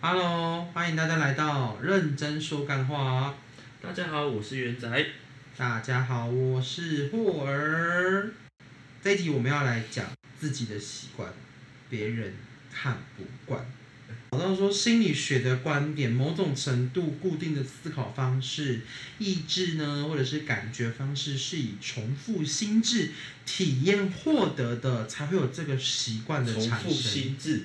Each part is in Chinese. Hello，欢迎大家来到认真说干话。大家好，我是元仔。大家好，我是霍儿。这一集我们要来讲自己的习惯，别人看不惯。好像说心理学的观点，某种程度固定的思考方式、意志呢，或者是感觉方式，是以重复心智体验获得的，才会有这个习惯的重产复生。心智，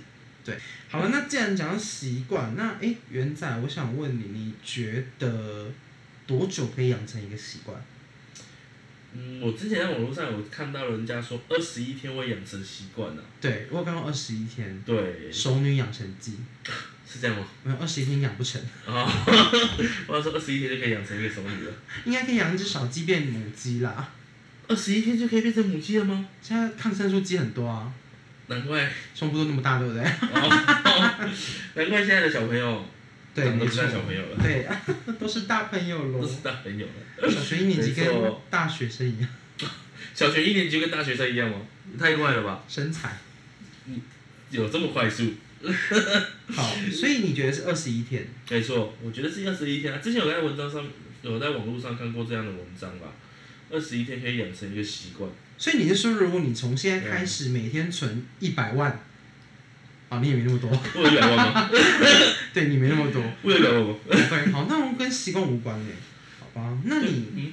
好了，那既然讲到习惯，那诶，元仔，我想问你，你觉得多久可以养成一个习惯？嗯，我之前在网络上有看到人家说二十一天会养成习惯的，对我有看过二十一天对，《熟女养成记》，是这样 吗？没有二十一天养不成，啊、我要说二十一天就可以养成一个熟女了，应该可以养一只小鸡变母鸡啦。二十一天就可以变成母鸡了吗？现在抗生素鸡很多啊，难怪，胸部都那么大，对不对？ 哦、难怪现在的小朋友对，长得没不错像，小朋友了，对， 都是大朋友都喽。是大朋友了。小学一年级没跟错大学生一样，小学一年级就跟大学生一样吗？太快了吧，身材有这么快速？好，所以你觉得是二十一天？没错，我觉得是二十一天啊。之前有在文章上，有在网络上看过这样的文章吧。二十一天可以养成一个习惯，所以你是说，如果你从现在开嗯始每天存一百万，啊，你也没那么多， 我有一百万吗？对你没那么多，我有一百万吗？对，好，那我跟习惯无关哎，好吧？那你，嗯，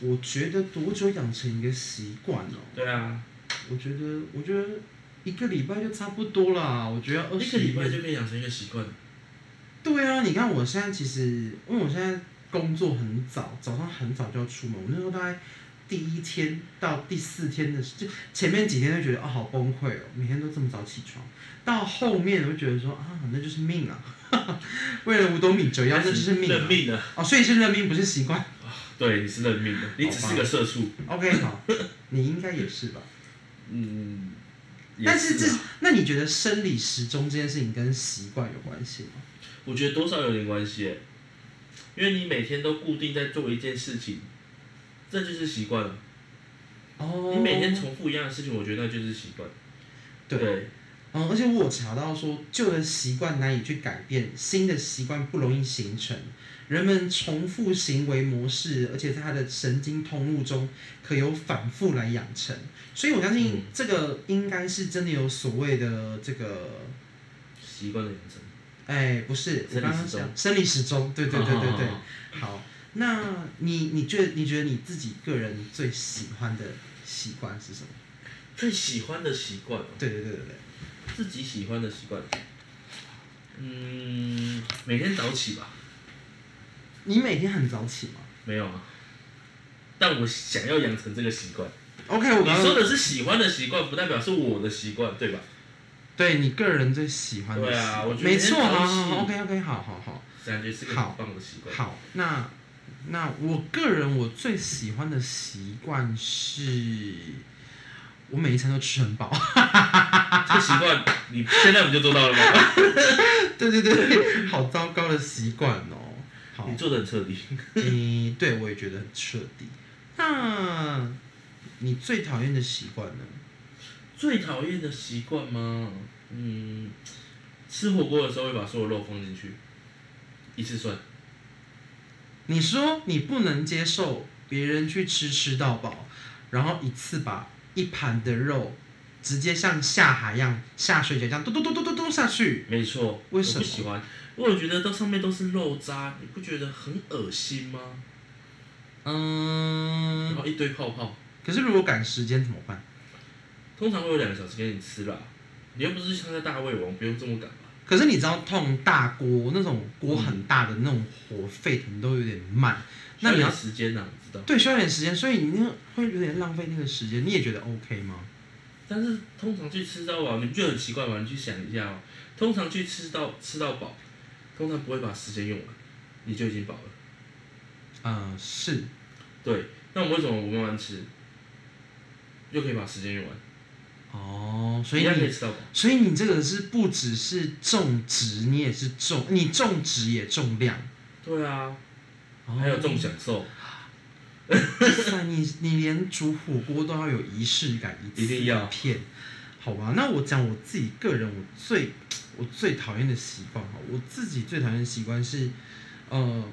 我觉得多久养成一个习惯哦？对啊，我觉得，我觉得一个礼拜就差不多啦。我觉得二一个十礼拜就可以养成一个习哦惯。对啊，你看我现在其实，因为我现在工作很早，早上很早就要出门。我那时候大概第一天到第四天的时，就前面几天就觉得啊、好崩溃哦，每天都这么早起床。到后面我就觉得说啊那就是命啊， 为了五斗米折腰，那就是命、认啊。命啊！哦，所以是认命，不是习惯。对，你是认命的，你只是个社畜。 OK，好， 你应该也是吧？嗯，也但是这啊，，那你觉得生理时钟这件事情跟习惯有关系吗？我觉得多少有点关系耶，因为你每天都固定在做一件事情，这就是习惯了。哦你每天重复一样的事情，我觉得那就是习惯。对对，嗯，而且我有查到说，旧的习惯难以去改变，新的习惯不容易形成。人们重复行为模式，而且在他的神经通路中可有反复来养成，所以我相信嗯这个应该是真的有所谓的这个，习惯的养成。哎，不是，我生理刚刚时钟嗯讲生理时钟，对对对对对，好好，那你你觉得你觉得你自己个人最喜欢的习惯是什么？最喜欢的习惯，对对对对对，自己喜欢的习惯，嗯，每天早起吧，你每天很早起吗没有啊，但我想要养成这个习惯。 ？OK，我你刚说刚的是喜欢的习惯，不代表是我的习惯，对吧？对你个人最喜欢的对习啊惯，我觉得没错，很早好好起好，OK OK，好好好感觉是个好很棒的习惯。好，那那我个人我最喜欢的习惯是，我每一餐都吃很饱。 这个习惯你现在不就做到了吗？对对 对，好糟糕的习惯哦。好你，做的很彻底。嗯，对我也觉得很彻底。那你最讨厌的习惯呢？最讨厌的习惯吗？嗯，吃火锅的时候会把所有肉放进去，一次算。你说你不能接受别人去吃吃到饱，然后一次把一盘的肉直接像下海一样下水饺一样咚咚咚咚咚咚下去，没错，为我什么不喜欢，因为我觉得到上面都是肉渣，你不觉得很恶心吗？然嗯，后一堆泡泡，可是如果赶时间怎么办？通常会有两个小时给你吃啦。你又不是像在大胃王，不用这么赶吧？可是你知道痛大锅那种锅很大的那种火沸腾都有点慢，那你要需要点时间呐、啊，我知道。对需要点时间，所以你那个会有点浪费那个时间，你也觉得 OK 吗？但是通常去吃到饱，啊你不觉得很奇怪吗？你去想一下哦，通常去吃到吃到饱，通常不会把时间用完，你就已经饱了。嗯，是对，那我们为什么不慢慢吃，又可以把时间用完？哦，所以一样你可以吃到饱。所以你这个是不只是种植，你也是重，你种植也重量，对啊，哦还有重种。享受，哇塞，哦你你连煮火锅都要有仪式感，一次一定要片，好吧？那我讲我自己个人，我最我最讨厌的习惯哈，我自己最讨厌的习惯是，呃，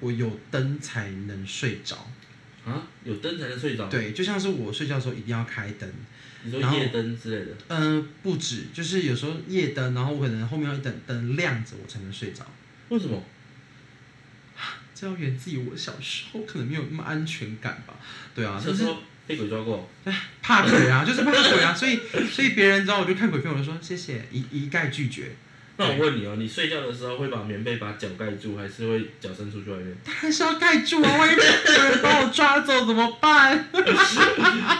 我有灯才能睡着。啊，有灯才能睡着。对，就像是我睡觉的时候一定要开灯。你说然后夜灯之类的，嗯、不止，就是有时候夜灯，然后我可能后面要一等灯亮着，我才能睡着。为什么？这要源自于我小时候可能没有那么安全感吧。对啊，小就是时候被鬼抓过，怕鬼啊，就是怕鬼啊，所以所以别人知道我就看鬼片，我就说谢谢，一一概拒绝。那我问你哦，你睡觉的时候会把棉被把脚盖住，还是会脚伸出去外面？当然是要盖住啊，万一有人把我抓走怎么办？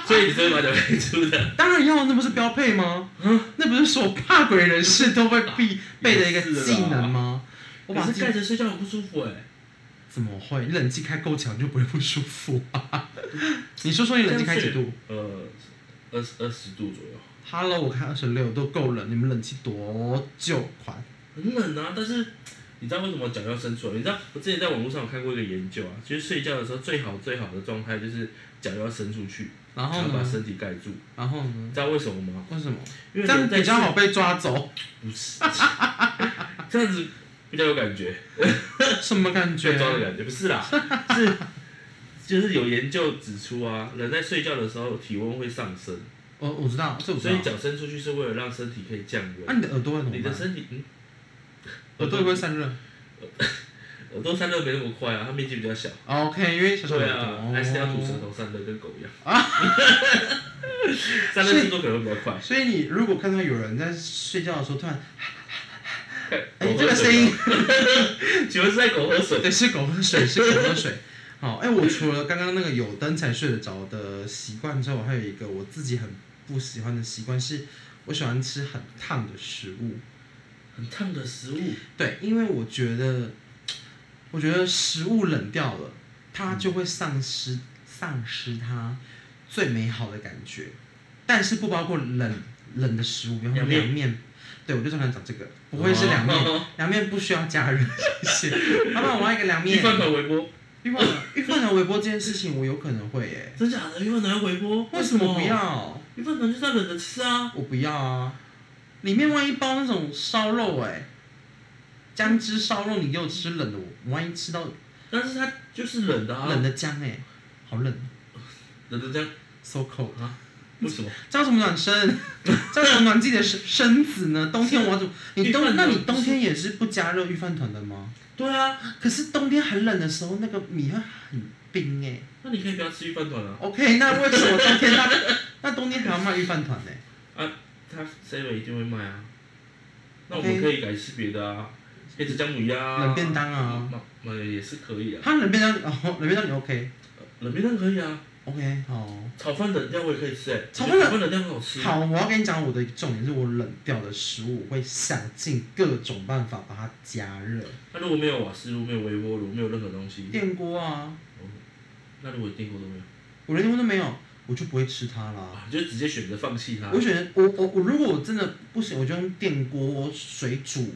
所以你是会把脚盖住的。当然要，那不是标配吗？嗯那不是说怕鬼人士都会必备的一个技能吗？我把可自是己盖着睡觉很不舒服哎，怎么会？你冷气开够强就不会不舒服啊？你说说你冷气开几度呃，二十二十度左右， ？Hello，我看二十六都够冷，你们冷气多久款？很冷啊。但是你知道为什么脚要伸出来？你知道我之前在网络上有看过一个研究啊，就是睡觉的时候最好最好的状态就是脚要伸出去，然后后把呢？身体盖住。然后呢你？知道为什么吗？为什么？因为这样人在比较睡好被抓走？ 不是，这样子比较有感觉，什么感觉被？抓的感觉，不是啦，是就是有研究指出啊，人在睡觉的时候体温会上升，我我知道，这我知所以道。脚伸出去是为了让身体可以降那、温。你的耳朵会怎你么的办？身体，嗯，耳朵也会散热。耳朵散热没那么快啊，它面积比较小。哦 OK，因为小小对耳啊，朵，还是要吐哦舌头散热，跟狗一样。啊 散热速度可能会比较快。所以你如果看到有人在睡觉的时候突然，哎、狗这喝个水声音，吗， 请问是在狗喝水？对，哎是狗喝水，是狗喝水。 好，哎、我除了刚刚那个有灯才睡得着的习惯之后，我还有一个我自己很不喜欢的习惯是，我喜欢吃很烫的食物。很烫的食物，对，因为我觉得，我觉得食物冷掉了，它就会丧失丧失它最美好的感觉，但是不包括冷冷的食物，比方说凉面凉面。哦对，我就专门找这个，不会是凉 面，凉面不需要加热，谢谢。老板，我要一个凉预面。饭团微波，预饭团预饭团微波这件事情，我有可能会耶。真假的？预饭团要微波？为什么不？要？预饭团就是要冷着吃啊。我不要啊！里面万一包那种烧肉哎、姜汁烧肉，你给我吃冷的，我万一吃到但是它就是冷的啊，冷的姜哎、好冷冷的这样， ，so cold。为什么？这样怎么暖身？ 这样怎么暖自己的身身子呢？冬天我要怎么？你预冬饭那团你冬天也是不加热预饭团的吗？对啊，可是冬天很冷的时候，那个米会很冰哎、那你可以不要吃预饭团啊， OK，那为什么冬天那 那冬天还要卖预饭团呢？它 seven 一定会卖啊。那我们可以改吃别的啊，变成姜母鸭啊，冷便当啊，那，那也是可以啊，它冷便当哦，冷便当你 OK 冷便当可以啊， OK 好。炒饭冷掉我也可以吃哎，炒我饭觉冷得炒饭冷掉很好吃，好，我要跟你讲我的重点是我冷掉的食物，我会想尽各种办法把它加热。那如果没有瓦斯炉，没有微波炉，没有任何东西，哦电锅啊，那如果电锅都没有我连电锅都没有，我就不会吃它啦。啊，就直接选择放弃它我。选择我我我如果我真的不行，我就用电锅、水煮，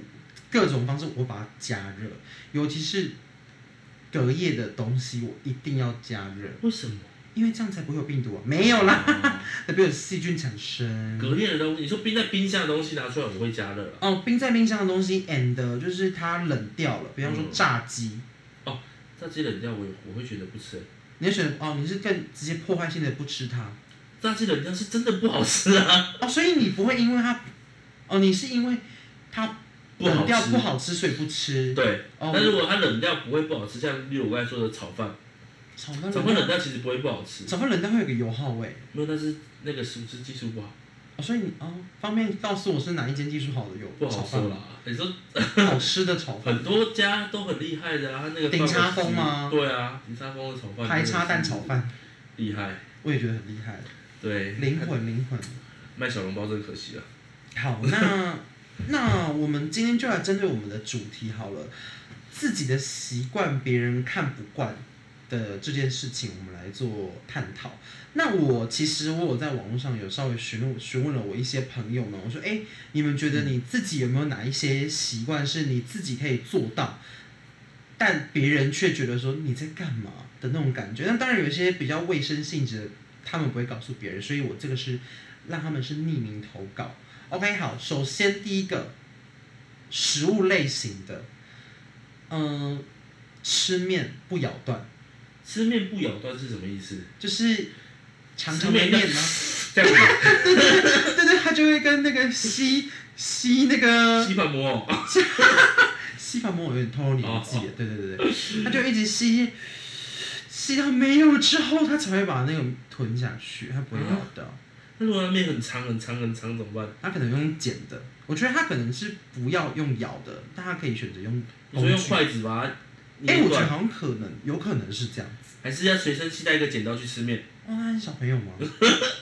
各种方式我会把它加热，尤其是隔夜的东西，我一定要加热，为什么？因为这样才不会有病毒啊。没有啦，啦，才不会有细菌产生。隔夜的东西，你说冰在冰箱的东西拿出来，我会加热啊。哦，冰在冰箱的东西，and 就是它冷掉了，比方说嗯炸鸡。炸鸡冷掉我也我会觉得不吃欸你会选哦，你是更直接破坏性的不吃它炸鸡冷掉是真的不好吃啊，哦，所以你不会因为它哦，你是因为它 冷掉不好吃，所以不吃对，哦。但如果它冷掉不会不好吃，像例如我刚才说的炒饭，炒饭炒冷饭掉，冷掉其实不会不好吃，嗯炒饭冷掉会有个油耗味没有，但是那个是不是技术不好，哦，所以你哦，方便告诉我是哪一间技术好的油不炒好饭说吗？啦。你说好吃的炒饭，很多家都很厉害的啊，它那个顶饭好吃叉风吗对啊，顶叉风的炒饭，排叉蛋炒饭，厉害，我也觉得很厉害，对，灵魂灵魂。卖小笼包真可惜了。啊好，那那我们今天就来针对我们的主题好了，自己的习惯别人看不惯的这件事情，我们来做探讨。那我其实我有在网络上有稍微询问询问了我一些朋友们，我说，哎、你们觉得你自己有没有哪一些习惯是你自己可以做到，但别人却觉得说你在干嘛的那种感觉？那当然有一些比较卫生性质的，他们不会告诉别人，所以我这个是让他们是匿名投稿。OK，好，首先第一个，食物类型的，嗯、吃面不咬断，吃面不咬断是什么意思？就是长长的面呢、这样子， 对对，它就会跟那个吸吸那个吸板膜哦，吸法魔有点透露年纪了，对对对对，他就一直吸，吸到没有之后，他才会把那个吞下去，他不会咬掉。哦那如果那面很长很长很长怎么办？他可能用剪的，我觉得他可能是不要用咬的，但他可以选择用你工说用具。筷子把它哎、捏我觉得断，好像可能，有可能是这样子。还是要随身携带一个剪刀去吃面，哇、那是小朋友吗？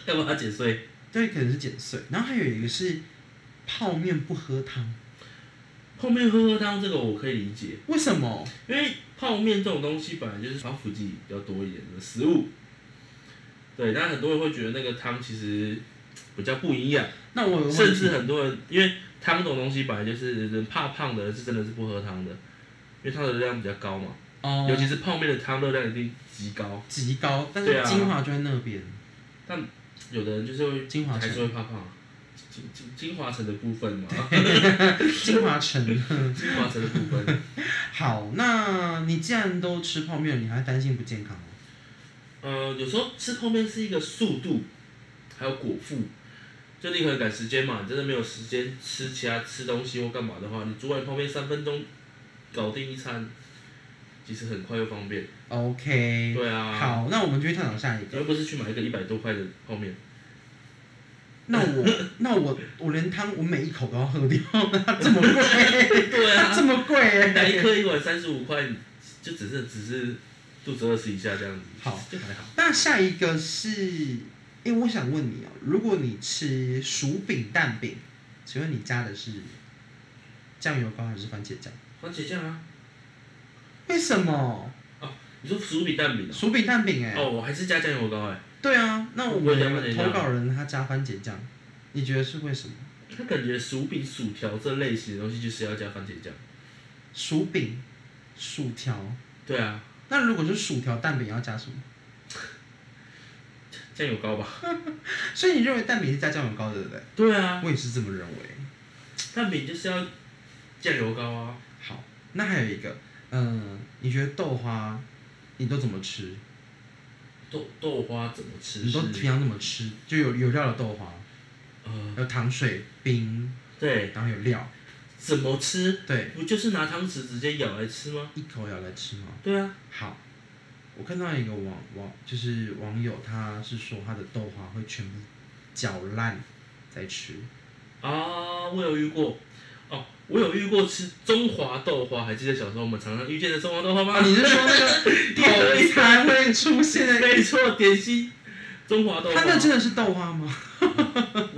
要把它剪碎。对，可能是剪碎。然后还有一个是泡面不喝汤，泡面喝喝汤这个我可以理解，为什么？因为泡面这种东西本来就是防腐剂比较多一点的食物，对，但很多人会觉得那个汤其实比较不营养，那我有个甚问题，至很多人因为汤这种东西本来就是人怕胖的人是真的是不喝汤的，因为汤的热量比较高嘛，哦尤其是泡面的汤热量一定极高，极高，但对是啊精华就在那边，有的人就是会精华还是城，会怕胖啊。精精精华层的部分嘛，精华城。精华层的部分，好，那你既然都吃泡面，你还担心不健康吗？呃，有时候吃泡面是一个速度，还有果腹，就你可能赶时间嘛，你真的没有时间吃其他吃东西或干嘛的话，你煮碗泡面三分钟搞定一餐，其实很快又方便。 OK，对啊，好，那我们就去探讨下一个。又不是去买一个一百多块的泡面，那我，那我，我连汤我每一口都要喝掉， 这么贵， 对啊， 这么贵耶、来一颗一碗三十五块，就只是只是肚子饿死一下这样子，好，就还好。那下一个是，哎、我想问你哦、如果你吃薯饼蛋饼，请问你加的是酱油膏还是番茄酱？番茄酱啊，为什么你说薯饼蛋饼啊？薯饼蛋饼、哎、哦，我还是加酱油膏哎、对啊，那我我也加番们茄投酱稿人他加番茄酱，你觉得是为什么？他感觉薯饼、薯条这类型的东西就是要加番茄酱。薯饼、薯条。对啊，那如果是薯条蛋饼要加什么？酱油膏吧。所以你认为蛋饼是加酱油膏的，对不对？对啊，我也是这么认为。蛋饼就是要酱油膏啊。好，那还有一个，嗯、你觉得豆花你都怎么吃？豆豆花怎么吃？你都平常怎么吃？就有有料的豆花，呃，有糖水、冰，对，然后有料，怎么吃？对，不就是拿汤匙直接舀来吃吗？一口咬来吃吗？对啊，好，我看到一个网网就是网友，他是说他的豆花会全部搅烂再吃。啊，我有遇过。哦，我有遇过吃中华豆花，还记得小时候我们常常遇见的中华豆花吗？啊，你是说那 个头一一餐会出现的 没错，点心中华豆花它，那真的是豆花吗？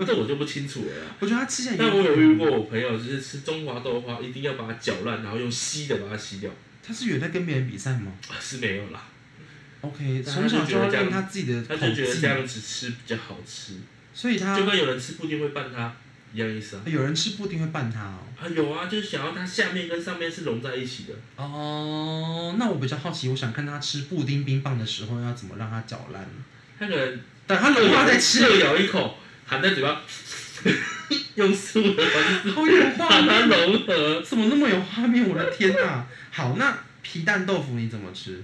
这我就不清楚了啦。我觉得它吃起来但有我有遇过我朋友，就是吃中华豆花，一定要把它搅烂，然后用吸的把它吸掉，它是有在跟别人比赛吗啊是没有啦。 ？OK，但从他就小就要觉得这样练他自己的他口就觉得这技，样子吃比较好吃，所以他就跟有人吃布丁会拌它一样意思啊。有人吃布丁会拌他哦。啊，有啊，就是想要它下面跟上面是融在一起的。哦，那我比较好奇，我想看他吃布丁冰棒的时候要怎么让它搅烂。他可能等他融化再吃，又咬一口，含在嘴巴， 用素的方式好有把画它面，融合。怎么那么有画面？我的天哪、好，那皮蛋豆腐你怎么吃？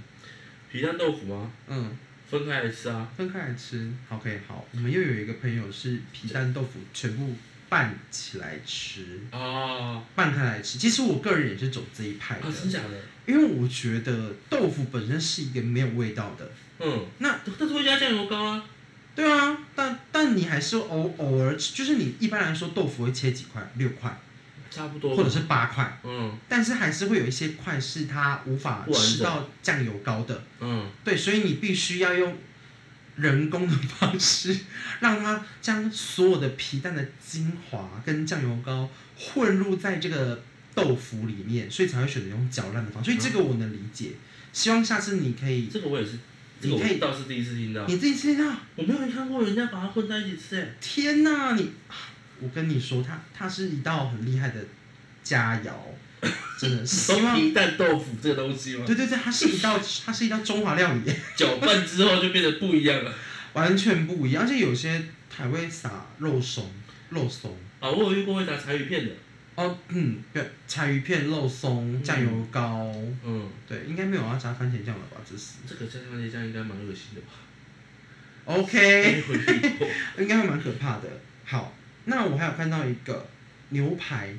皮蛋豆腐吗？嗯，分开来吃啊。分开来吃。OK，好，我们又有一个朋友是皮蛋豆腐全部拌起来吃。哦，拌开来吃。其实我个人也是走这一派啊，的，真假的？因为我觉得豆腐本身是一个没有味道的。嗯，那但是会加酱油膏啊。对啊，但但你还是偶偶尔吃，就是你一般来说豆腐会切几块，六块差不或多者。是八块，嗯但是还是会有一些块是它无法不完整吃到酱油膏的。嗯，对，所以你必须要用人工的方式，让它将所有的皮蛋的精华跟酱油膏混入在这个豆腐里面，所以才会选择用搅烂的方式。所以这个我能理解。希望下次你可以，这个我也是，啊这个你可以我倒是第一次听到。你自己知道，我没有看过人家把它混在一起吃、欸，天哪，你，我跟你说，它它是一道很厉害的佳 肴，真的是希说望。皮蛋豆腐这个东西吗？对对对，它是一道，它是一道中华料理， 搅拌之后就变得不一样了。完全不一样。而且有些还会撒肉松，肉松，啊，我有遇过会拿柴鱼片的，哦，嗯，对，柴鱼片、肉松、酱油膏，嗯，对，应该没有要加番茄酱了吧？这是这个加番茄酱应该蛮恶心的吧？ 哎 OK，回避过。应该会蛮可怕的。好，那我还有看到一个牛排，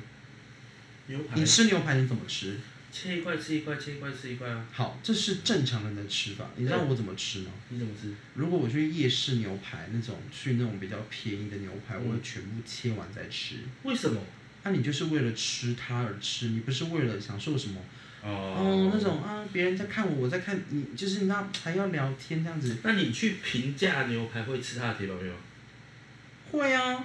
牛排你吃牛排你怎么吃？切一块吃一块，切一块吃一块啊！好，这是正常人的吃法。你知道我怎么吃吗？你怎么吃？如果我去夜市牛排那种，去那种比较便宜的牛排，嗯我会全部切完再吃。为什么？那、你就是为了吃它而吃，你不是为了享受什么哦哦那。种啊，别人在看我，我在看你，就是那还要聊天这样子。那你去评价牛排会吃它的铁板面吗？会啊，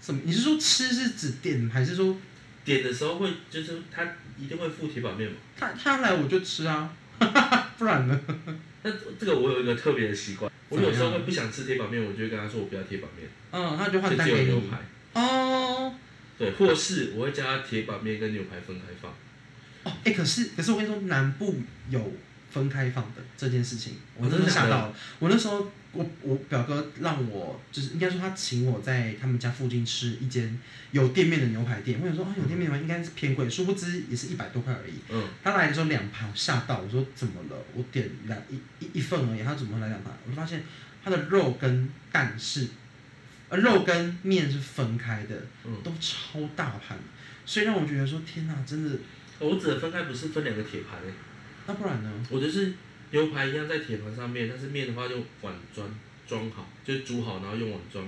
怎么？你是说吃是指点，还是说点的时候会就是它一定会附铁板面嘛？他他来我就吃啊？ 不然呢？那这个我有一个特别的习惯，我有时怎候么会样不想吃铁板面，我就会跟他说我不要铁板面，嗯，他就换就单只有给牛你排。哦。对，或是我会叫他铁板面跟牛排分开放。哦，哎、可是可是我跟你说，南部有分开放的这件事情，我哦那时候真的假吓的到了。我那时候，我我表哥让我，就是应该说他请我在他们家附近吃一间有店面的牛排店。我想说啊，有店面吗？应该是偏贵，殊不知也是一百多块而已。嗯，他来的时候两盘，吓到我说怎么了？我点两一一一份而已，他怎么会来两盘？我就发现他的肉跟蛋是，呃，肉跟面是分开的，嗯都超大盘，所以让我觉得说天哪，真的，我指的分开不是分两个铁盘欸那不然呢？我就是牛排一样在铁盘上面，但是面的话用碗装装好，就是煮好然后用碗装，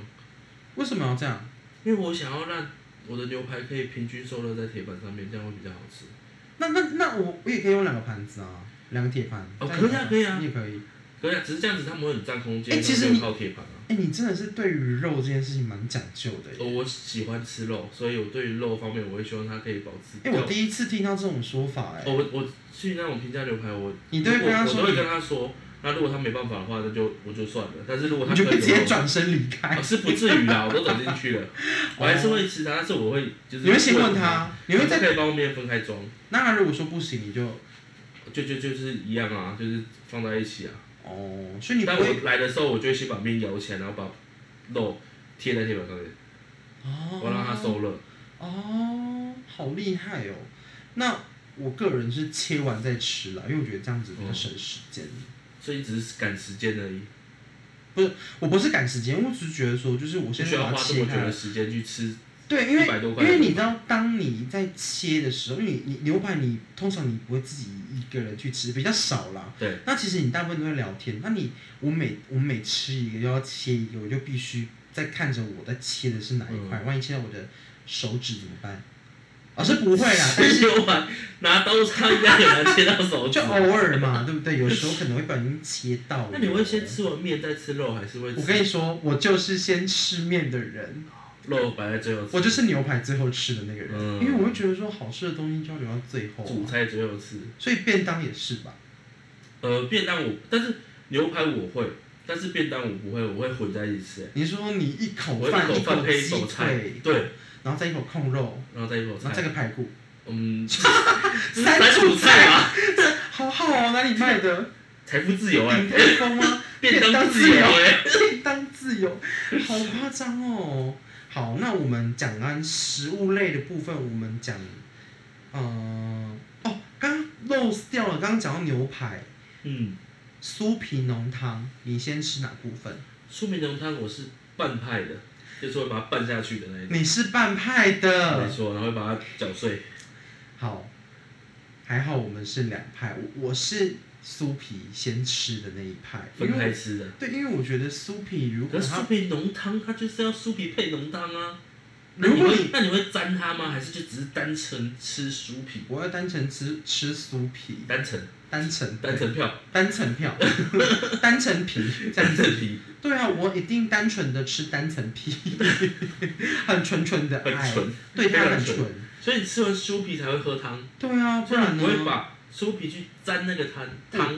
为什么要这样？因为我想要让我的牛排可以平均受热在铁板上面，这样会比较好吃。那那那我我也可以用两个盘子啊，两个铁盘。哦这样也可以啊可以啊你也可以。可以啊，只是这样子他们会很占空间，欸其实他们你没有靠铁盘啊。哎、你真的是对于肉这件事情蛮讲究的哦耶。我喜欢吃肉，所以我对于肉方面，我会希望它可以保持。哎、我第一次听到这种说法哎、哦我我去那种平价牛排，我你都会我跟他说我都会你跟他说。那如果他没办法的话，那就我就算了。但是如果他你可就以不直接的话，转身离开哦、。是不至于啦，我都走进去 了，我还是会吃它，但是我会就是你会先问，他，你会在可以帮我面分开装，那他如果说不行，你就就就就是一样啊，就是放在一起啊。哦，所以你不但会我来的时候，我就会先把面摇起来，然后把肉贴在铁板上面，哦，我让它受热。哦，好厉害哦。那我个人是切完再吃啦，因为我觉得这样子嗯比较省时间。所以只是赶时间而已，我不是赶时间，我只是觉得说，就是我不现需在要把它花这切么开久来的时间去吃。对，因为100多块因为你知道，当你在切的时候，因为你你牛排你通常你不会自己一个人去吃，比较少啦。对。那其实你大部分都在聊天，那你我每我每吃一个就要切一个，我就必须在看着我在切的是哪一嗯块，万一切到我的手指怎么办？老师不会 啦，但是吃牛排拿刀叉应该很难切到手指就。偶尔嘛，对不对？有时候可能会不小心切到。 那你会先？吃完面再吃肉，还是会我跟你吃说，我就是先吃面的人，肉摆在最后吃？我就是牛排最后吃的那个人，嗯因为我会觉得说好吃的东西就要留到最后啊、主菜最后吃。所以便当也是吧？呃，便当我，但是牛排我会，但是便当我不会，我会混在一起吃、欸。你说你一口我饭，口饭配一鸡手菜腿，，对，然后再一口控肉，然后再一口然后再菜，个排骨，嗯，三三主主菜菜啊嘛，好好哦，哪里卖的？财富自由哎、顶配风吗？ 便当自由哎、嗯便当自由，好夸张哦。好，那我们讲完食物类的部分，我们讲，呃，哦，刚刚 l o s 掉了，刚刚讲到牛排、嗯，酥皮浓汤，你先吃哪部分？苏明浓汤我是拌派的，就是会把它拌下去的那一种，你是半派的，没错，然后会把它搅碎。好，还好我们是两派，我我是酥皮先吃的那一派，因分为开吃的，对，因为我觉得酥皮如果可是酥它皮浓汤它就是要酥皮配浓汤啊。那如你果会你那你会沾它吗？还是就只是单纯吃酥皮？我要单程吃吃酥皮，单层单程单层票，单程票， 单程皮这样单子。层皮，对啊，我一定单纯的吃单层 皮，很纯纯的很爱，纯，哎对它非常很纯纯。所以你吃完酥皮才会喝汤，对啊，不然不会呢？把酥皮去沾那个汤汤。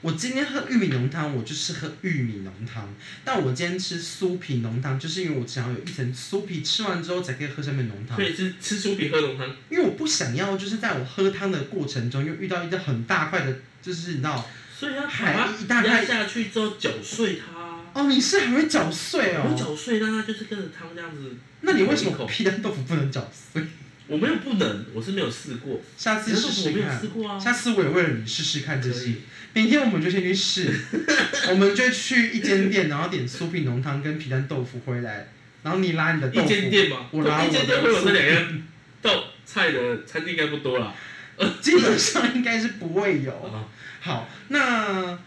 我今天喝玉米浓汤，我就是喝玉米浓汤。但我今天吃酥皮浓汤，就是因为我想要有一层酥皮，吃完之后才可以喝下面浓汤所。以是吃酥皮喝浓汤，因为我不想要，就是在我喝汤的过程中又遇到一个很大块的，就是你知道，所以要把海一大它压块。下去之后搅碎它。哦，你是还会搅碎不哦？搅碎，让它就是跟着汤这样子。那你为什一口么皮蛋豆腐不能搅碎？我没有不能，我是没有试过，下次试我试没有看试。过啊。下次我也为了你试试看这可些，明天我们就先去试， 我们就去一间店，然后点酥皮浓汤跟皮蛋豆腐回来，然后你拉你的豆一腐，间店吧，我拿我一间店的会有这酥两样豆菜的餐厅应该不多啦。 基本上应该是不会有。啊，好，那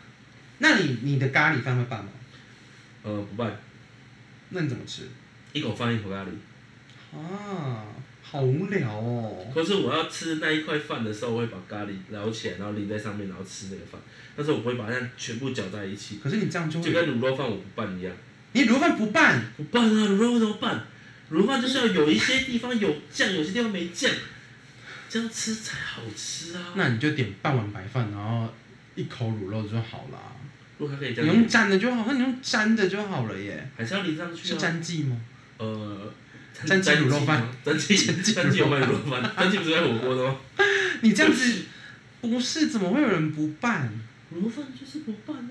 那你你的咖喱饭会拌吗？呃，不办，那你怎么吃？一口饭一口咖喱。啊，好无聊哦。可是我要吃那一块饭的时候，我会把咖喱捞起来，然后淋在上面，然后吃那个饭。但是我不会把它全部搅在一起，可是你这样就就会，跟卤肉饭我不拌一样。你卤肉饭不拌，不拌啊，卤肉为什么拌？卤肉饭就是要有一些地方有酱，有些地方没酱，这样吃才好吃啊。那你就点半碗白饭，然后一口卤肉就好啦。如果它可以这你样用子，沾的就好，那你用沾的就好了耶。还是要淋上去是啊。沾剂吗？呃，沾鸡卤肉饭，沾鸡沾鸡沾卤鸡有肉卖卤肉 饭，沾鸡不是在火锅的吗？你这样子不是，怎么会有人不办卤肉饭就是不拌啊，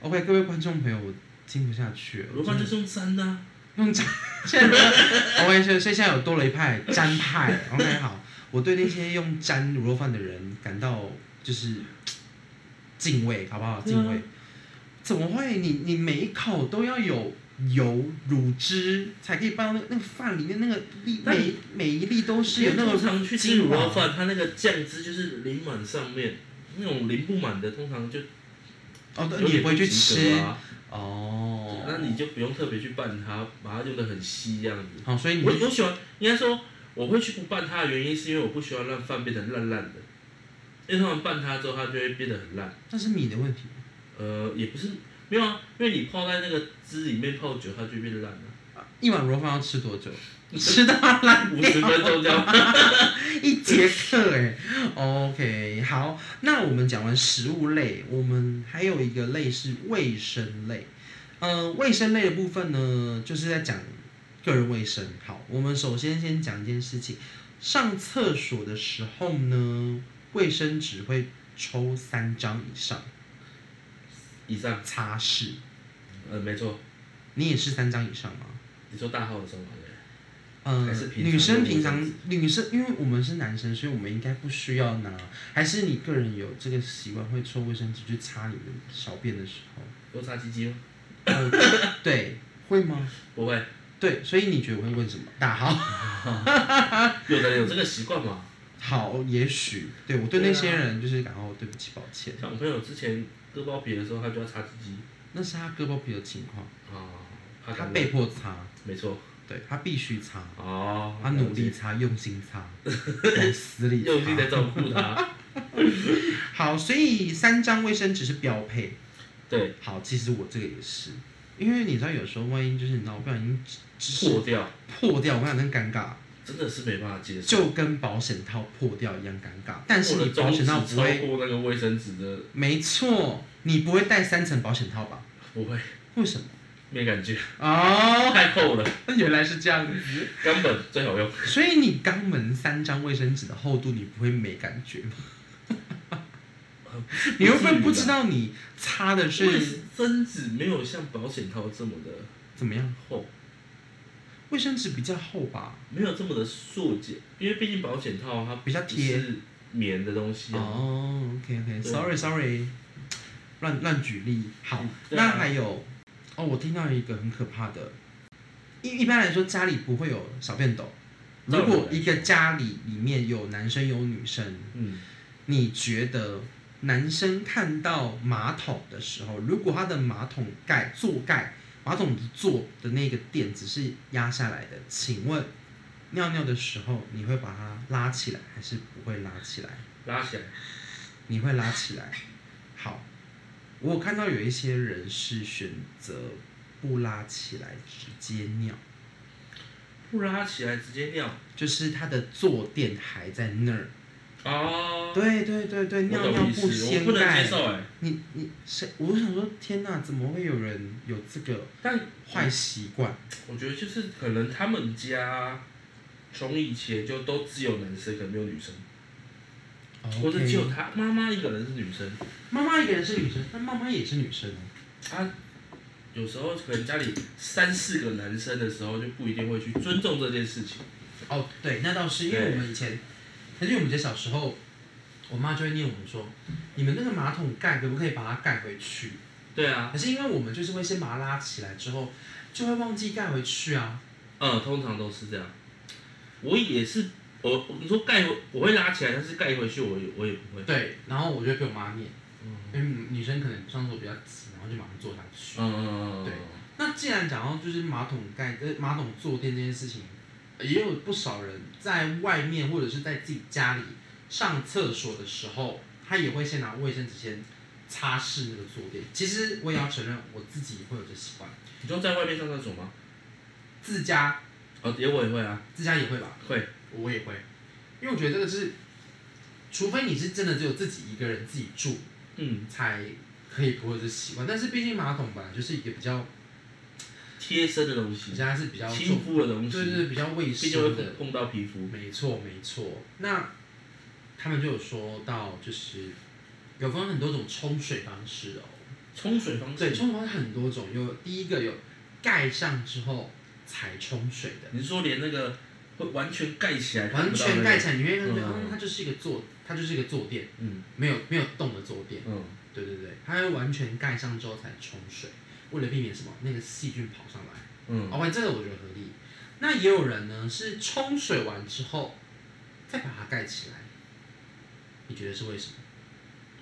？OK，各位观众朋友，我听不下去了。卤肉饭就是用沾的、啊。用 沾，现在 OK，所以所以现在有多了一派沾派。OK，好，我对那些用沾卤肉饭的人感到就是敬畏，好不好？对啊敬畏。怎么会？你你每一口都要有油乳汁，才可以拌到那个那个饭里面那个粒，但每每一粒都是有那通个常去吃卤肉饭，它那个酱汁就是淋满上面，那种淋不满的，通常就哦，对，有你点不会去及吃格啊。哦。那你就不用特别去拌它，把它用的很稀这样子。好，所以你我我喜欢，应该说我会去不拌它的原因，是因为我不喜欢让饭变得烂烂的，因为他们拌它之后，它就会变得很烂。那是你的问题。呃，也不是没有啊，因为你泡在那个汁里面泡久，它就会变烂了、一碗螺饭要吃多 久？吃到它烂五掉十分钟这样。 一节课哎。OK，好，那我们讲完食物类，我们还有一个类是卫生类。呃，卫生类的部分呢，就是在讲个人卫生。好，我们首先先讲一件事情，上厕所的时候呢，卫生纸会抽三张以上以上，擦拭。呃，没错，你也是三张以上吗？你说大号的时候嘛，对不对呃还是，平常女生用平这样常女生，因为我们是男生，所以我们应该不需要拿。还是你个人有这个习惯，会抽卫生纸去擦你的小便的时候？都擦鸡鸡吗？ 呃、对，会吗？不会，对，所以你觉得我会问什么？大号啊有的人有这个习惯嘛。好，也许对我对对那啊些人就是感到对不起，抱歉，像我朋友之前割包皮的时候，他就要擦鸡鸡那是他割包皮的情况，啊，怕他感染被迫擦，没错对他必须擦，哦，他努力擦，用心 擦，往死里用心擦。在照顾他。好，所以三张卫生纸是标配。对，好，其实我这个也是，因为你知道有时候万一就是你知道我不小心破掉破掉，我跟你讲真尴尬，真的是没办法接受，就跟保险套破掉一样尴尬。但是我你的保中险指套超不会，过那个卫生纸的，没错，你不会带三层保险套吧？不会，为什么？没感觉， 哦， 太厚了，原来是这样子，根本最好用。所以你肛门三张卫生纸的厚度，你不会没感觉吗？你会不会不知道你擦的卫是生纸没有像保险套这么的怎么样？厚，卫生纸比较厚吧？没有这么的塑解，因为毕竟保险套它比较贴是棉的东西啊。哦，OK OK，对 sorry sorry，乱乱举例。好嗯，对啊那还有哦，我听到一个很可怕的，一一般来说家里不会有小便斗。如照理来果一个家里里面有男生有女生，嗯，你觉得男生看到马桶的时候，如果他的马桶盖座盖、马桶的座的那个垫子是压下来的，请问尿尿的时候你会把它拉起来还是不会拉起来？拉起来，你会拉起来。好，我有看到有一些人是选择不拉起来，直接尿，不拉起来直接尿。就是他的坐垫还在那儿。哦，对对对对，我尿懂尿意思，我掀不能接盖。受哎。你你谁？我想说，天哪，怎么会有人有这个但坏习惯？我觉得就是可能他们家从以前就都只有男生，可能没有女生，或者只有 OK，他妈妈一个人是女生。妈妈一个人是女生，但妈妈也是女生哦。他有时候可能家里三四个男生的时候就不一定会去尊重这件事情，哦，对，那倒是因为我们以前，可是我们以前小时候，我妈就会念我们说，你们那个马桶盖可不可以把它盖回去？对啊，可是因为我们就是会先把它拉起来之后，就会忘记盖回去啊。嗯，通常都是这样。我也是，呃我你说盖回我会拉起来，但是盖回去我也我也不会。对，然后我就会被我妈念，嗯因为女生可能上厕所比较急，然后就马上坐下去。嗯嗯嗯，对那既然讲到就是马桶盖、呃马桶坐垫这件事情，也有不少人在外面或者是在自己家里上厕所的时候，他也会先拿卫生纸先擦拭那个坐垫。其实我也要承认，我自己也会有这习惯，你就在外面上厕所吗？自家哦，也我也会啊，自家也会吧，会。我也会，因为我觉得这个是，除非你是真的只有自己一个人自己住，嗯，才可以不会有这习惯。但是毕竟马桶本来就是一个比较，贴身的东西人，家是比较亲重，肤的东对西，对，对比较卫毕竟会生的。碰碰到皮肤。没错，没错。那他们就有说到，就是有分很多种冲水方式哦。冲水方对，式，冲水方式很多种，有第一个有盖上之后才冲水的，你是说连那个会完全盖起来，完全盖起来，你会感觉，嗯嗯，它就是一个坐，它就是一个坐垫，嗯没有没有动的坐垫。嗯，对对对，它会完全盖上之后才冲水，为了避免什么那个细菌跑上来。嗯， OK，这个我觉得合理。那也有人呢是冲水完之后再把它盖起来，你觉得是为什么？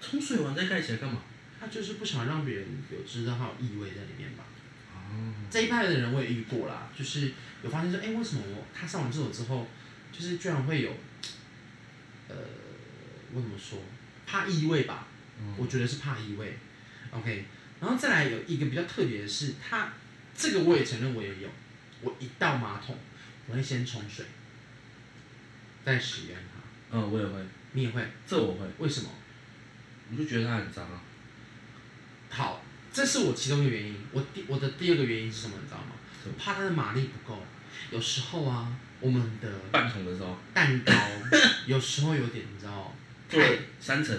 冲水完再盖起来干嘛？他就是不想让别人有知道他有异味在里面吧。哦，这一派的人我也遇过啦，就是有发现说，哎、为什么我他上完厕所之后，就是居然会有，呃，我怎么说，怕异味吧？我觉得是怕异味。OK，然后再来有一个比较特别的是，他这个我也承认我也有，我一到马桶，我会先冲水，再使用它。嗯，我也会，你也会？这我会，为什么？我就觉得它很脏啊。好，这是我其中一个原因。我第我的第二个原因是什么？你知道吗什么？怕它的马力不够。有时候啊，我们的半桶的时候，蛋糕有时候有点，你知道，做太三层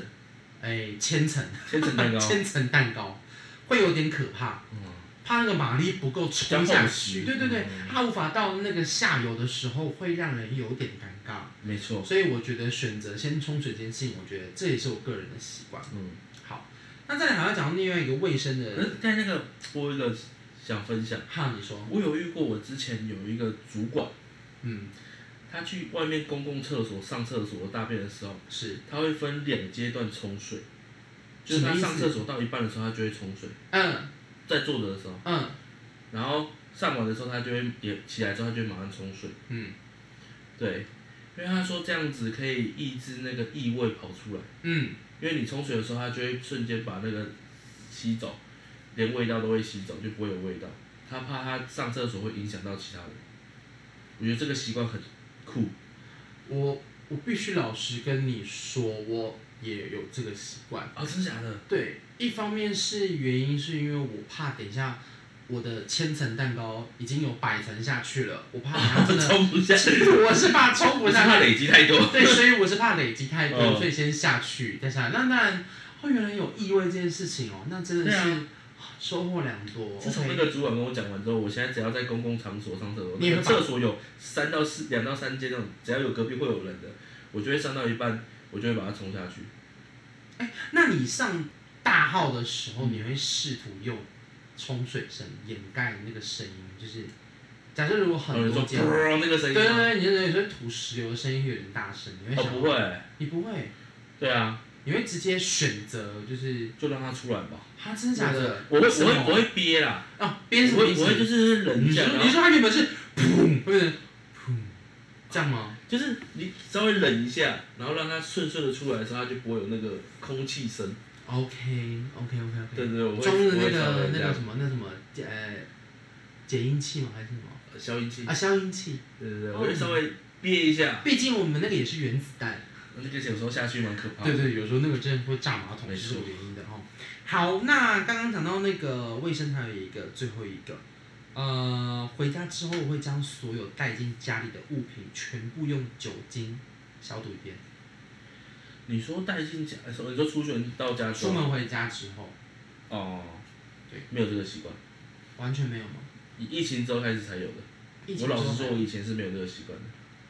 哎千层千层蛋糕，千层蛋糕会有点可怕，嗯，怕那个马力不够冲比较下厚去。实对对对嗯，它无法到那个下游的时候，会让人有点尴尬。没错，所以我觉得选择先冲水这件事情，我觉得这也是我个人的习惯。嗯，好，那再来还要讲到另外一个卫生可的，是在那个我有一个想分享，哈，你说，我有遇过，我之前有一个主管，嗯，他去外面公共厕所上厕所大便的时候，是。他会分两阶段冲水，就是什他么意思上厕所到一半的时候，他就会冲水，嗯在坐着的时候，嗯然后上完的时候，他就会也起来之后，他就会马上冲水，嗯对，因为他说这样子可以抑制那个异味跑出来，嗯，因为你冲水的时候，它就会瞬间把那个吸走，连味道都会吸走，就不会有味道。他怕他上厕所会影响到其他人，我觉得这个习惯很酷，我我必须老实跟你说，我也有这个习惯。啊、真的假的？对，一方面是原因是因为我怕等一下我的千层蛋糕已经有百层下去了，我怕它真的， 冲不下， 我是怕冲不我是下怕去。累积太多。 对，所以我是怕累积太多，嗯所以先下去再下来。那当然，哦，原来有异味这件事情哦，那真的对是啊收获良多。自从那 OK，个主管跟我讲完之后，我现在只要在公共场所上厕所，你也那个会厕所有三到四、两到三间那种，只要有隔壁会有人的，我就会上到一半，我就会把它冲下去。那你上大号的时嗯候，你会试图用冲水声掩盖那个声音，就是假设如果然后很哦你说多间，砰那个声对对音吗，对，你的有时候吐石流的声音有点大声，你会哦想、不会，你不会，对啊，你会直接选择就是就让它出来吧。他真的假的？我会什我么会我会憋啦，啊，边什么我意会思我会就是你冷说讲，然你后说他原本是砰，不是砰，这样吗？就是你稍微冷一下，然后让它顺顺的出来的时候，它就不会有那个空气声。 OK OK OK OK，对对对，我会嗯装的我那会稍个微那个这样什么那什么呃解音器吗还是什么消音器啊，消音器？对对对，哦我会稍微憋一下。毕竟我们那个也是原子弹，那个有时候下去蛮可怕的。对对，有时候那个真的会炸马桶没是有错原因的哦。好，那刚刚讲到那个卫生，还有一个最后一个，呃，回家之后会将所有带进家里的物品全部用酒精消毒一遍。你说带进家，呃你说出门到家之出后门回家之后哦，对，没有这个习惯，完全没有吗？疫疫情之后开始才有的。疫情我老之后实还说，有我以前是没有这个习惯的。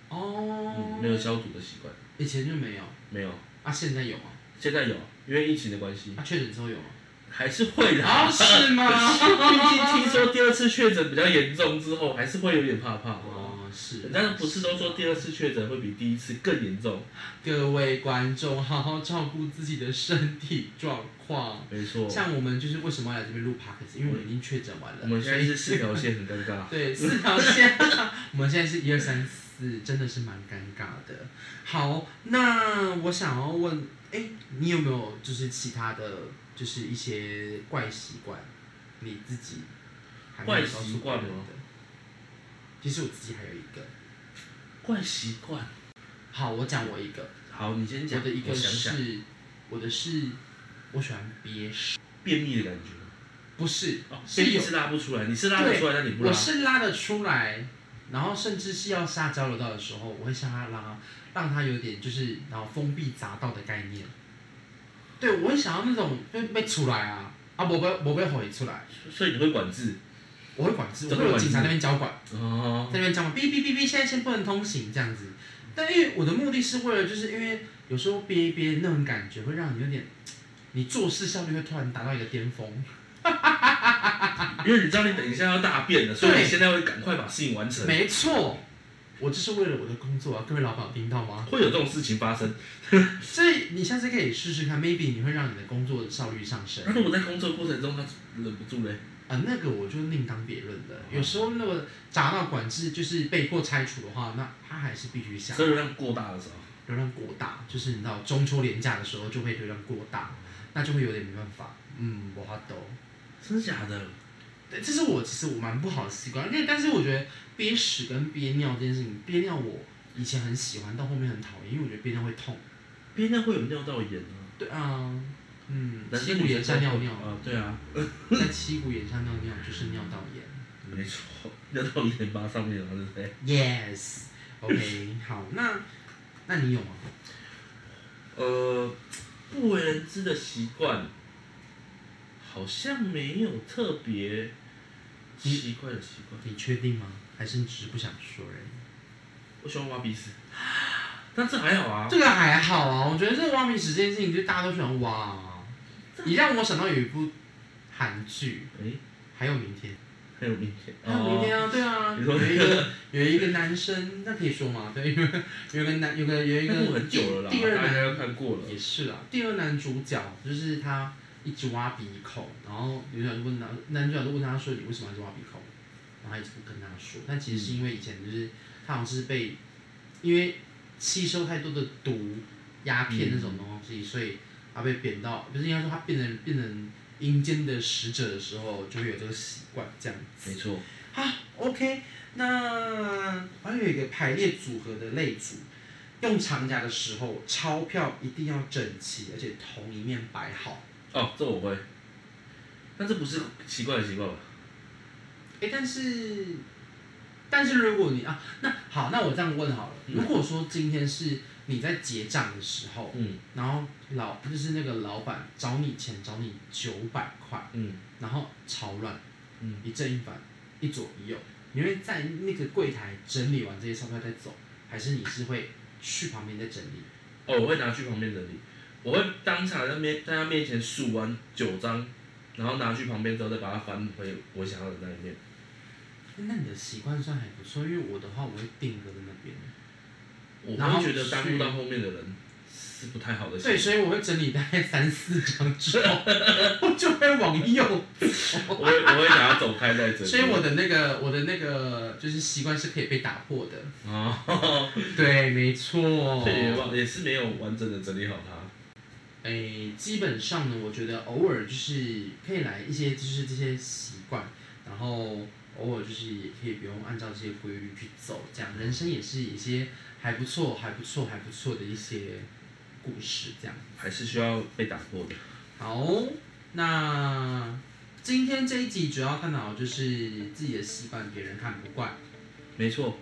哦嗯，，没有消毒的习惯，以前就没有没有。啊，现在有吗？现在有，因为疫情的关系，啊，确诊之后 有吗？还是会的。 啊，是吗？毕竟听说第二次确诊比较严重之后，还是会有点怕怕。哦，是。但是不是都说第二次确诊会比第一次更严重？ 各位观众，好好照顾自己的身体状况。没错，像我们就是为什么要来这边录 podcast，因为我们已经确诊完了。我们现在是四条线，很尴尬。对，四条线。 我们现在是一二三四，真的是蛮尴尬的。好，那我想要问，哎、你有没有就是其他的，就是一些怪习惯，你自己还没有怪告习诉别惯人吗的？其实我自己还有一个。怪习惯。好，我讲我一个，好，你先讲。我的一我个想是，想，我的是，我喜欢憋屎，便秘的感觉。不是，哦，是便秘有是拉不出来，你是拉得出来，但你不拉我。是拉得出来，然后甚至是要下交流道的时候，我会向他拉，让他有点就是然后封闭匝道的概念。对，我会想要那种被被出来啊啊，我被我被吼出来，所以你会管制。我会管制，我怎么会有管警察在制那边交管，哦在。那边交管，哔哔哔哔，现在先不能通行这样子。但因为我的目的是为了，就是因为有时候憋一憋那种感觉会让你有点，你做事效率会突然达到一个巅峰。因为你知道你等一下要大便了，所以对你现在会赶快把事情完成。没错，我就是为了我的工作啊，各位老板有听到吗？会有这种事情发生。所以你下次可以试试看，maybe 你会让你的工作效率上升。那 如果在工作过程中他忍不住嘞，啊，那个我就另当别论了。有时候那个闸道管制就是被迫拆除的话，那它还是必须下。车流量过大的时候，流量过大，就是你知道中秋连假的时候就会流量过大， 那就会有点没办法。嗯，我法懂。真的假的？对，这是我其实我蛮不好的习惯，而且但是我觉得憋屎跟憋尿这件事情，憋尿我以前很喜欢，到后面很讨厌，因为我觉得憋尿会痛。憋尿会有尿道炎啊，对啊，嗯，男七生股女炎生上尿都会尿。啊，对啊，在七股眼上尿尿就是尿道炎。没错，尿道炎吧上面嘛，对不对？ Yes，OK，、好，那那你有吗？呃，不为人知的习惯，好像没有特别奇怪的习惯。你确定吗？还是你只是不想说而已？我喜欢挖鼻 屎，但这还好啊。这个还好啊，我觉得这个挖鼻屎这件事情，就大家都喜欢挖、啊。你让我想到有一部韩剧，哎，还有明天，还有明天，还有明天啊，对啊，哦你有说 一个有一个男生，那可以说吗？对，有一个有一个男有个有一那部个很久了啦，第二大男家都看过了。也是啊，第二男主角就是他一直挖鼻孔，然后女主角就问他，男主角就问他说：“你为什么要一直挖鼻孔？”然后他一直不跟他说，但其实是因为以前就是他好像是被因为吸收太多的毒、鸦片那种东西，所以他被贬到，就是应该说他变成变成阴间的使者的时候，就会有这个习惯这样子没。错，啊，OK，那还有一个排列组合的类组，用长夹的时候，钞票一定要整齐，而且同一面摆好。哦，这我会，但这不是奇怪的习惯吧？哎，但是，但是如果你啊，那好，那我这样问好了，嗯如果说今天是你在结账的时候，嗯然后老就是那个老板找你钱，找你九百块，嗯然后吵乱，嗯，一正一反，一左一右。你会在那个柜台整理完这些钞票再走，还是你是会去旁边再整理？哦，我会拿去旁边整理，我会当场在面在他面前数完九张，然后拿去旁边之后再把它翻回我想要的那一面。那你的习惯算还不错，因为我的话我会定格在那边。我然后会觉得耽误去到后面的人是不太好的对，事情。所以我会整理大概三四张之后，我就会往右我走。会我会想要走开再整理。所以我的那个我的那个就是习惯是可以被打破的。哦，对，没错。所以也忘也是没有完整的整理好它。诶，基本上呢，我觉得偶尔就是可以来一些，就是这些习惯，然后偶尔就是也可以不用按照这些规律去走，这样人生也是一些还不错、还不错、还不错的一些故事，这样。还是需要被打破的。好，那今天这一集主要探讨就是自己的习惯，别人看不惯。没错，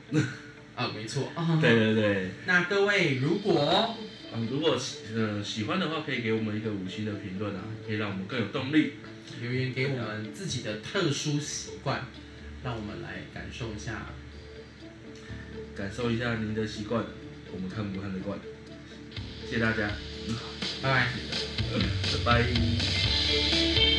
啊，没错。啊嗯对对对， 那各位如果嗯，如果喜呃喜欢的话，可以给我们一个五星的评论啊，可以让我们更有动力。留言给我们自己的特殊习惯，让我们来感受一下感受一下您的习惯，我们看不看得惯。谢谢大家，拜拜。拜拜。